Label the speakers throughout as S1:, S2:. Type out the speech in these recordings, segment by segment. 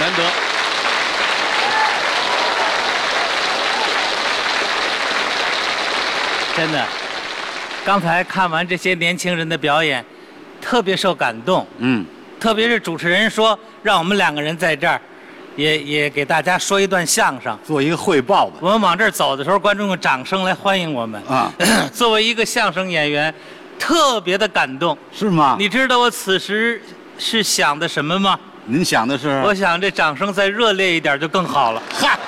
S1: 难得。
S2: 真的，刚才看完这些年轻人的表演，特别受感动。
S1: 嗯，
S2: 特别是主持人说让我们两个人在这儿，也也给大家说一段相声。
S1: 做一个汇报吧。
S2: 我们往这儿走的时候，观众用掌声来欢迎我们。
S1: 啊，
S2: 作为一个相声演员，特别的感动。
S1: 是吗？
S2: 你知道我此时是想的什么吗？
S1: 您想的是
S2: 我想这掌声再热烈一点就更好了。
S1: 嗨，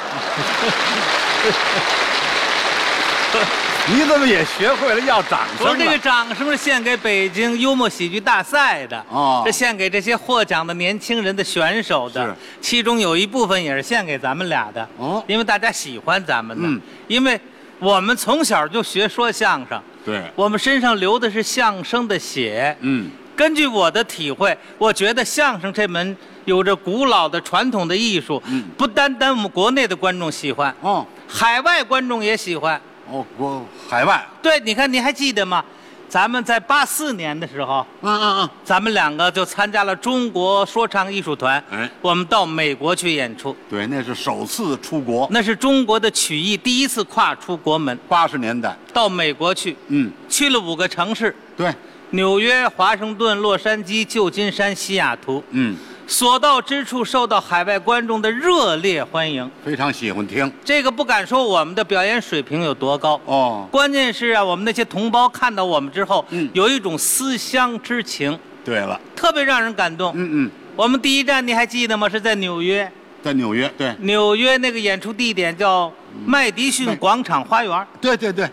S1: 你怎么也学会了要掌声啊
S2: 我
S1: 了？
S2: 说这个掌声是献给北京幽默喜剧大赛的，
S1: 哦
S2: 是献给这些获奖的年轻人的选手的
S1: 是，
S2: 其中有一部分也是献给咱们俩的，
S1: 哦
S2: 因为大家喜欢咱们的，
S1: 嗯
S2: 因为我们从小就学说相声，
S1: 对，
S2: 我们身上流的是相声的血。
S1: 嗯，
S2: 根据我的体会，我觉得相声这门有着古老的传统的艺术，
S1: 嗯
S2: 不单单我们国内的观众喜欢，
S1: 哦
S2: 海外观众也喜欢。
S1: 哦，我海外，啊
S2: 对，你看，你还记得吗？咱们在八四年的时候，
S1: 啊啊啊，
S2: 咱们两个就参加了中国说唱艺术团，
S1: 哎
S2: 我们到美国去演出，
S1: 对，那是首次出国，
S2: 那是中国的曲艺第一次跨出国门，
S1: 八十年代，
S2: 到美国去，
S1: 嗯，
S2: 去了五个城市：
S1: 对，
S2: 纽约、华盛顿、洛杉矶、旧金山、西雅图。
S1: 嗯，
S2: 所到之处受到海外观众的热烈欢迎，
S1: 非常喜欢听，
S2: 这个不敢说我们的表演水平有多高，
S1: 哦，
S2: 关键是啊，我们那些同胞看到我们之后，
S1: 嗯
S2: 有一种思乡之情，
S1: 对了，
S2: 特别让人感动。
S1: 嗯嗯，
S2: 我们第一站你还记得吗？是在纽约，
S1: 在纽约，对，
S2: 纽约那个演出地点叫
S1: 嗯
S2: 麦迪逊广场花园。
S1: 对对对，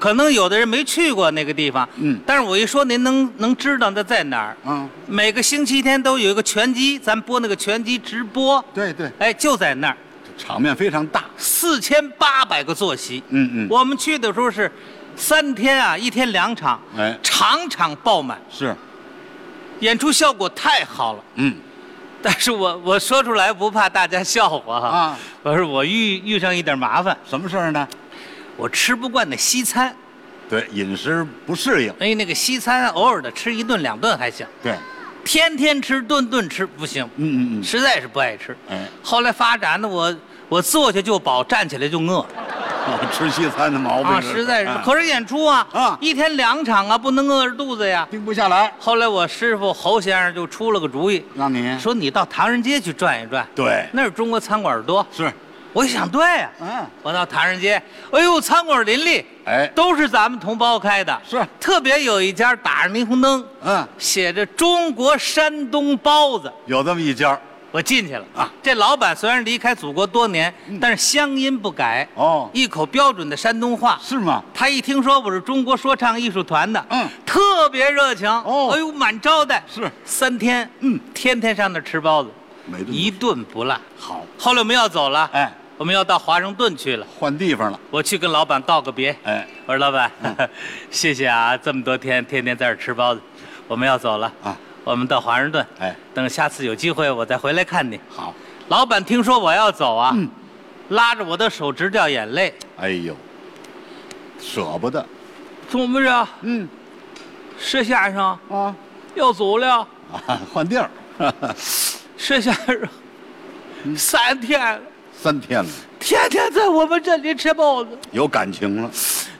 S2: 可能有的人没去过那个地方，
S1: 嗯
S2: 但是我一说您能能知道那在哪儿。
S1: 嗯，
S2: 每个星期天都有一个拳击，咱播那个拳击直播，
S1: 对对，
S2: 哎，就在那儿，
S1: 场面非常大，
S2: 四千八百个坐席。
S1: 嗯嗯，
S2: 我们去的时候是三天啊，一天两场，
S1: 哎，
S2: 场场爆满，
S1: 是，
S2: 演出效果太好了。
S1: 嗯，
S2: 但是我我说出来不怕大家笑话哈，
S1: 啊
S2: 我说我遇遇上一点麻烦，
S1: 什么事儿呢？
S2: 我吃不惯那西餐，
S1: 对，饮食不适应，
S2: 哎，那个西餐偶尔的吃一顿两顿还行，
S1: 对，
S2: 天天吃顿顿吃不行，
S1: 嗯嗯嗯，
S2: 实在是不爱吃。
S1: 哎，
S2: 后来发展的我我坐下就饱，站起来就饿
S1: 我吃西餐的毛病
S2: 啊，
S1: 这
S2: 实在是。
S1: 啊
S2: 可是演出啊，
S1: 啊
S2: 一天两场啊，不能饿着肚子呀。
S1: 停不下来，
S2: 后来我师傅侯先生就出了个主意，
S1: 让你
S2: 说你到唐人街去转一转，
S1: 对，
S2: 那儿中国餐馆多。
S1: 是，
S2: 我一想，对啊呀、
S1: 嗯，
S2: 我到唐人街，哎呦，餐馆林立，
S1: 哎，
S2: 都是咱们同胞开的，
S1: 是
S2: 特别有一家打着霓虹灯，
S1: 嗯，
S2: 写着“中国山东包子
S1: 有这么一家儿”，
S2: 我进去了
S1: 啊。嗯
S2: 这老板虽然离开祖国多年，但是乡音不改，
S1: 哦，
S2: 一口标准的山东话。
S1: 是吗？
S2: 他一听说我是中国说唱艺术团的，
S1: 嗯
S2: 特别热情，
S1: 哦
S2: 哎呦，满招待，
S1: 是
S2: 三天，
S1: 嗯，
S2: 天天上那儿吃包子，
S1: 没这么
S2: 一顿不落。
S1: 好，
S2: 后来我们要走了，
S1: 哎，
S2: 我们要到华盛顿去了，
S1: 换地方了，
S2: 我去跟老板告个别，
S1: 哎，
S2: 我说老板， 谢谢啊，这么多天天天在这儿吃包子，我们要走了
S1: 啊，
S2: 我们到华盛顿，
S1: 哎，
S2: 等下次有机会我再回来看你。
S1: 好，
S2: 老板听说我要走啊，
S1: 嗯
S2: 拉着我的手直掉眼泪，
S1: 哎呦，舍不得，
S2: 怎么着，
S1: 嗯
S2: 佘先生
S1: 啊
S2: 要走了？
S1: 啊，换地儿，
S2: 佘先生，
S1: 嗯
S2: 三天了，
S1: 三天了，
S2: 天天在我们这里吃包子。
S1: 有感情了，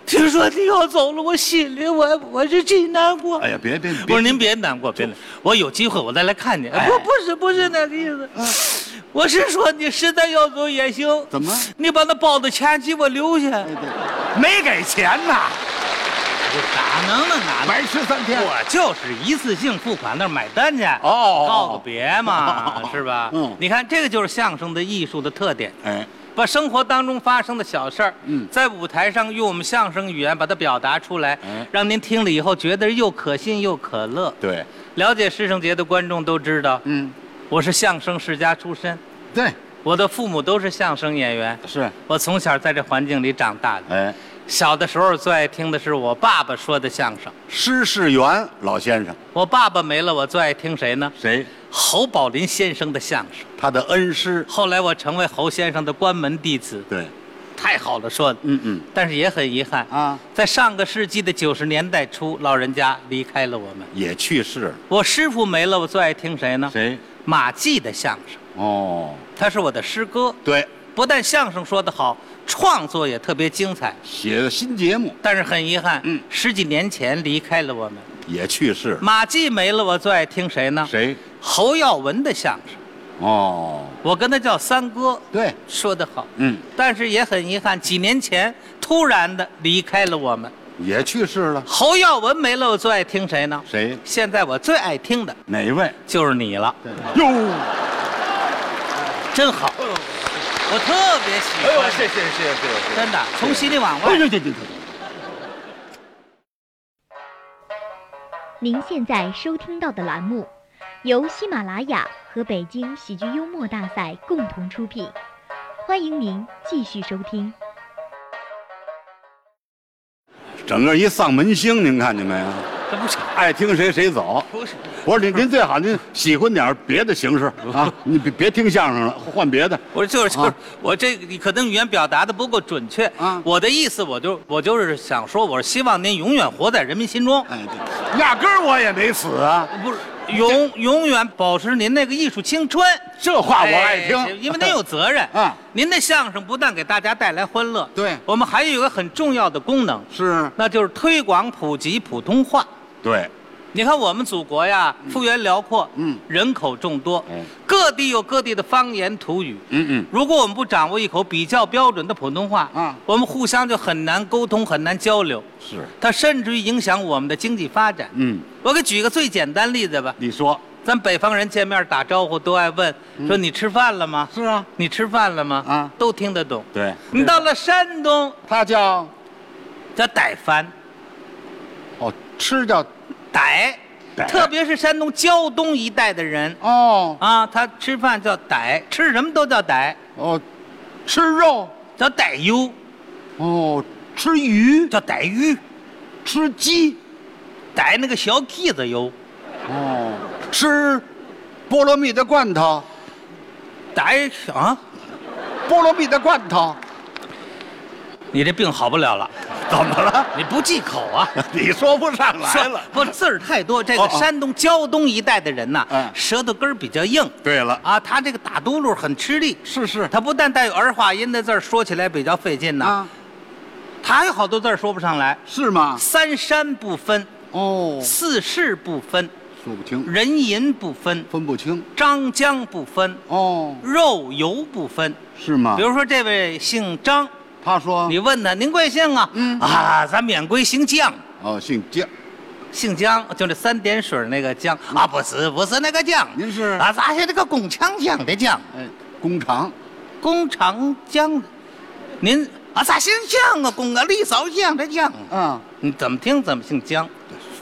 S2: 听说你要走了，我心里我我是真难过。
S1: 哎呀，别 别
S2: 不
S1: 别，
S2: 是您别难过，别难，我有机会我再来看你。
S1: 哎嗯
S2: 不不是不是那个意思，我是说你实在要走也行。
S1: 怎么
S2: 你把那包子钱给我留下。
S1: 哎对没给钱呐，
S2: 哪能呢哪能？
S1: 白吃三天，
S2: 我就是一次性付款那儿买单去。
S1: 哦
S2: 告个别嘛，是吧？
S1: 嗯
S2: 你看这个就是相声的艺术的特点。
S1: 哎，
S2: 把生活当中发生的小事儿，
S1: 嗯
S2: 在舞台上用我们相声语言把它表达出来，
S1: 哎
S2: 让您听了以后觉得又可信又可乐。
S1: 对，
S2: 了解师生节的观众都知道，
S1: 嗯，
S2: 我是相声世家出身，
S1: 对，
S2: 我的父母都是相声演员，
S1: 是，
S2: 我从小在这环境里长大的。
S1: 哎，
S2: 小的时候最爱听的是我爸爸说的相声，
S1: 施世元老先生，
S2: 我爸爸没了，我最爱听谁呢？
S1: 谁？
S2: 侯宝林先生的相声。
S1: 他的恩师，
S2: 后来我成为侯先生的关门弟子，
S1: 对，
S2: 太好了说的，
S1: 嗯嗯，
S2: 但是也很遗憾
S1: 啊，
S2: 在上个世纪的九十年代初，老人家离开了我们。
S1: 也去世了，
S2: 我师傅没了，我最爱听谁呢？
S1: 谁？
S2: 马季的相声。
S1: 哦，
S2: 他是我的师哥，
S1: 对，
S2: 不但相声说得好，创作也特别精彩。
S1: 写的新节目
S2: 但是很遗憾，
S1: 嗯
S2: 十几年前离开了我们。
S1: 也去世了，
S2: 马季没了，我最爱听谁呢？
S1: 谁？
S2: 侯耀文的相声，
S1: 哦，
S2: 我跟他叫三哥，
S1: 对，
S2: 说得好。
S1: 嗯，
S2: 但是也很遗憾，几年前突然的离开了我们。
S1: 也去世了，
S2: 侯耀文没了，我最爱听谁呢？
S1: 谁？
S2: 现在我最爱听的
S1: 哪一位？
S2: 就是你了，
S1: 哟，
S2: 真好，我特别喜
S3: 哎呦，
S2: 欢
S3: 谢
S2: 你，
S3: 谢谢谢谢谢。哎
S2: 真的，从心里往外
S1: 对。对对对对。
S4: 您现在收听到的栏目，由喜马拉雅和北京喜剧幽默大赛共同出品，欢迎您继续收听。
S1: 整个一丧门星，您看见没有？
S2: 这不是
S1: 爱听谁谁走。
S2: 不是，
S1: 我说您您最好您喜欢点儿别的形式 啊，你别别听相声了，换别的。
S2: 我就是就是
S1: 啊
S2: 我这你可能语言表达的不够准确
S1: 啊
S2: 我的意思，我就我就是想说，我是希望您永远活在人民心中，
S1: 哎，对压根儿我也没死啊，
S2: 不是永永远保持您那个艺术青春。
S1: 这话啊我爱
S2: 哎
S1: 听，
S2: 因为您有责任
S1: 啊
S2: 您的相声不但给大家带来欢乐，
S1: 对
S2: 我们还有一个很重要的功能，
S1: 是，啊
S2: 那就是推广普及普通话。
S1: 对，
S2: 你看我们祖国呀，幅员辽阔，
S1: 嗯
S2: 人口众多，
S1: 嗯
S2: 各地有各地的方言土语。
S1: 嗯嗯，
S2: 如果我们不掌握一口比较标准的普通话，
S1: 啊
S2: 我们互相就很难沟通，很难交流，
S1: 是，
S2: 它甚至于影响我们的经济发展。
S1: 嗯，
S2: 我给举一个最简单例子吧，
S1: 你说
S2: 咱北方人见面打招呼都爱问，说你吃饭了吗？
S1: 嗯是啊，
S2: 你吃饭了吗？
S1: 啊
S2: 都听得懂。
S1: 对，
S2: 你到了山东
S1: 他叫
S2: 叫逮饭，
S1: 哦，吃叫
S2: 逮，
S1: 逮
S2: 特别是山东胶东一带的人
S1: 哦
S2: 啊，他吃饭叫逮，吃什么都叫逮，
S1: 哦，吃肉
S2: 叫逮优，
S1: 哦，吃鱼
S2: 叫逮鱼，
S1: 吃鸡
S2: 逮那个小鸡子油，
S1: 哦，吃菠萝蜜的罐头，
S2: 逮啊，
S1: 菠萝蜜的罐头，
S2: 你这病好不了了，
S1: 怎么了？
S2: 你不忌口啊。
S1: 你说不上来
S2: 说
S1: 了。
S2: 不字儿太多。这个
S1: 哦哦
S2: 山东胶东一带的人呐、
S1: 嗯
S2: 舌头根儿比较硬
S1: 对了，
S2: 啊，他这个打嘟噜很吃力。
S1: 是是，
S2: 他不但带有儿化音的字儿说起来比较费劲呐，
S1: 啊，
S2: 他还有好多字儿说不上来。
S1: 是吗？
S2: 三山不分，
S1: 哦，
S2: 四市不分，
S1: 说不清，
S2: 人银不分，
S1: 分不清。
S2: 张江不分，
S1: 哦，
S2: 肉油不分。
S1: 是吗
S2: 比？如说这位姓张，
S1: 他说
S2: 你问他您贵姓啊？
S1: 嗯
S2: 啊，咱免贵姓姜，
S1: 哦，姓姜，
S2: 姓姜就这三点水儿那个姜啊，不是不是那个姜，
S1: 嗯您是
S2: 啊，咱是那个工长江的江，
S1: 哎，工厂
S2: 工长江，您啊，咱姓姜啊，工啊，李少江的江，
S1: 啊，
S2: 你怎么听怎么姓姜。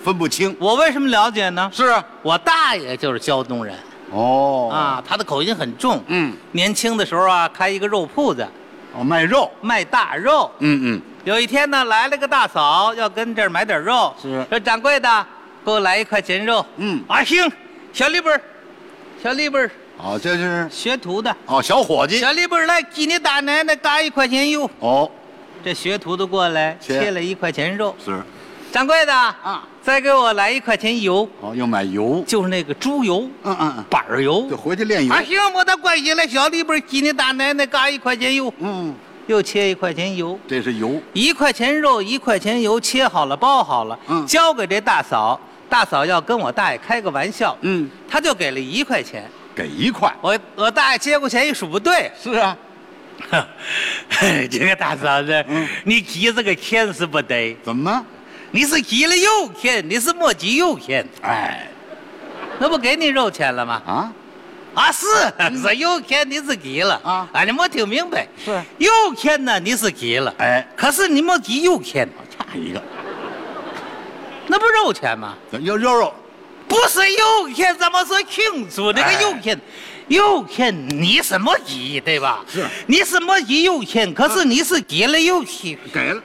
S1: 分不清。
S2: 我为什么了解呢？
S1: 是啊
S2: 我大爷就是胶东人
S1: 哦，
S2: 啊，他的口音很重。
S1: 嗯，
S2: 年轻的时候啊，开一个肉铺子，
S1: 哦，卖肉，
S2: 卖大肉。
S1: 嗯嗯，
S2: 有一天呢，来了个大嫂，要跟这儿买点肉，
S1: 是
S2: 说掌柜的，给我来一块钱肉。
S1: 嗯
S2: 啊行，小李本儿，小李本儿，
S1: 哦，这是
S2: 学徒的，
S1: 哦，小伙计
S2: 小，李本儿来给你大奶奶嘎一块钱肉。
S1: 哦，
S2: 这学徒的过来
S1: 切
S2: 切了一块钱肉，
S1: 是，
S2: 掌柜的
S1: 啊，
S2: 再给我来一块钱油，
S1: 哦，要买油，
S2: 就是那个猪油、
S1: 嗯嗯哎嗯，
S2: 板儿油
S1: 就。回去炼油
S2: 啊，，行，没得关系了，小李本儿给你大奶奶嘎一块钱油，
S1: 嗯，
S2: 又切一块钱油。
S1: 这是油，
S2: 一块钱肉，一块钱油，切好了，包好了，
S1: 嗯
S2: 交给这大嫂。大嫂要跟我大爷开个玩笑，
S1: 嗯，
S2: 他就给了一块钱。
S1: 给一块，
S2: 我我大爷接过钱一数不对，
S1: 是啊，
S2: 这个大嫂子，
S1: 嗯
S2: 你给这个钱是不对，
S1: 怎么？
S2: 你是给了肉钱，你是没给肉钱，
S1: 哎，
S2: 那不给你肉钱了吗？
S1: 啊，
S2: 啊，是是肉钱你是给了
S1: 啊
S2: 啊，你没听明白，
S1: 是
S2: 肉钱呢你是给了，
S1: 哎
S2: 可是你没给肉钱，
S1: 差一个，
S2: 那不肉钱吗？
S1: 要肉肉，
S2: 不是有钱，咱们说清楚那
S1: 哎
S2: 个有钱，有钱你什么急对吧？
S1: 是
S2: 你什么急有钱？可是你是给了有钱，
S1: 给了，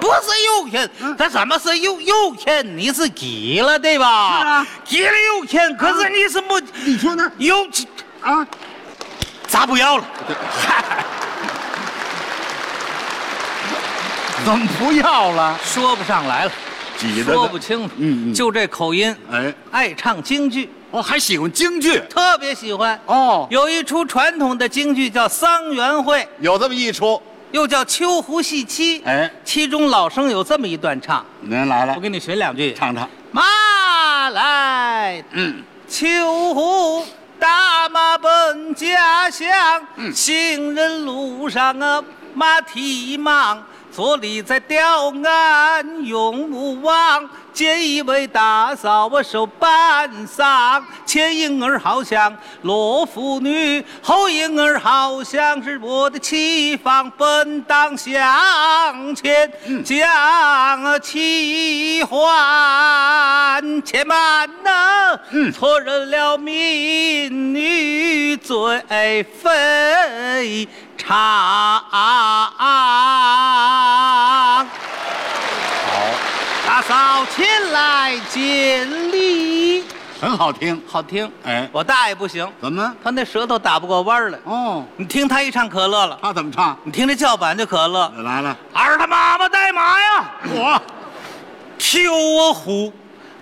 S2: 不是有钱，
S1: 嗯
S2: 咱咱们是有有钱，你是给了对吧？
S1: 是啊，嗯
S2: 给了有钱，可是你什么
S1: 你听那
S2: 有钱，
S1: 啊，
S2: 咱不要了。
S1: 怎么不要了？
S2: 说不上来了，
S1: 挤得
S2: 说不清楚，
S1: 嗯嗯
S2: 就这口音，
S1: 哎，
S2: 爱唱京剧，
S1: 哦，还喜欢京剧
S2: 特别喜欢。
S1: 哦，
S2: 有一出传统的京剧叫《桑园会》，
S1: 有这么一出，
S2: 又叫《秋胡戏妻》。
S1: 哎，
S2: 其中老生有这么一段唱，
S1: 您来
S2: 我
S1: 了，
S2: 给你学两句：
S1: 唱唱，
S2: 马来
S1: 嗯，
S2: 秋胡。大马奔家乡，
S1: 嗯
S2: 行人路上啊，马蹄忙。坐立在吊鞍永不忘，见一位大嫂我手半丧，前影儿好像罗妇女，后影儿好像是我的妻房，奔当向前，将啊妻还且慢呐、
S1: 嗯
S2: 错认了民女罪非
S1: 好，
S2: 常。大嫂前来见礼，
S1: 很好听。
S2: 好听。
S1: 哎，
S2: 我大爷不行，
S1: 怎么？
S2: 他那舌头打不过弯儿来。
S1: 哦，
S2: 你听他一唱可乐了，
S1: 他怎么唱？
S2: 你听这叫板就可乐。
S1: 来了，
S2: 儿他妈妈带马呀，
S1: 我
S2: 秋我虎，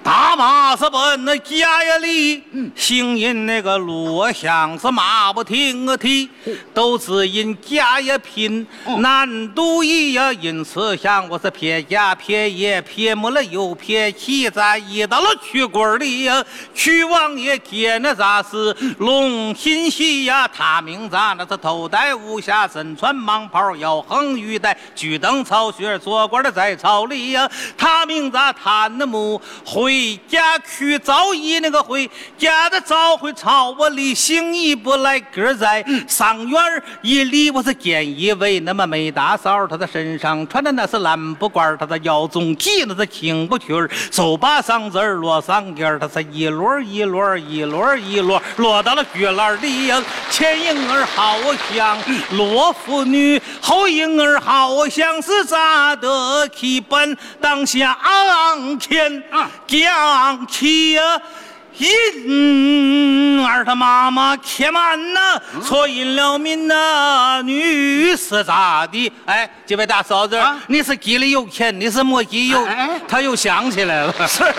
S2: 打马是奔那家呀里，
S1: 嗯
S2: 行人那个路啊响是马不停啊蹄，
S1: 哦
S2: 都是因家也贫，难度易呀，因此想我是撇家撇业撇没了又撇弃，咱一到了曲棍里呀，曲王爷接那咋是
S1: 嗯
S2: 龙心戏呀，他名咋那是头戴乌纱，身穿蟒袍，腰横玉带，举灯草靴，做官的在草里呀，他名咋贪的木，回家去早已那个回家的早回草窝里，行一不来哥在上院儿一里我是见一位那么美大嫂儿，她的身上穿的那是蓝布褂儿，她的腰中系那是青布裙儿，手把嗓子儿落嗓尖儿，她是一摞儿一摞儿一摞儿一摞儿落到了撅篮里呀，前影儿好像
S1: 嗯
S2: 罗妇女，后影儿好像是扎得起奔当下昂天
S1: 啊
S2: 将起呀。因儿他妈妈且慢呐，
S1: 嗯
S2: 错因了民呐，女是咋的？哎，这位大嫂子，
S1: 啊
S2: 你是急了又欠，你是莫急又
S1: 哎哎哎，
S2: 他又想起来了。
S1: 是啊，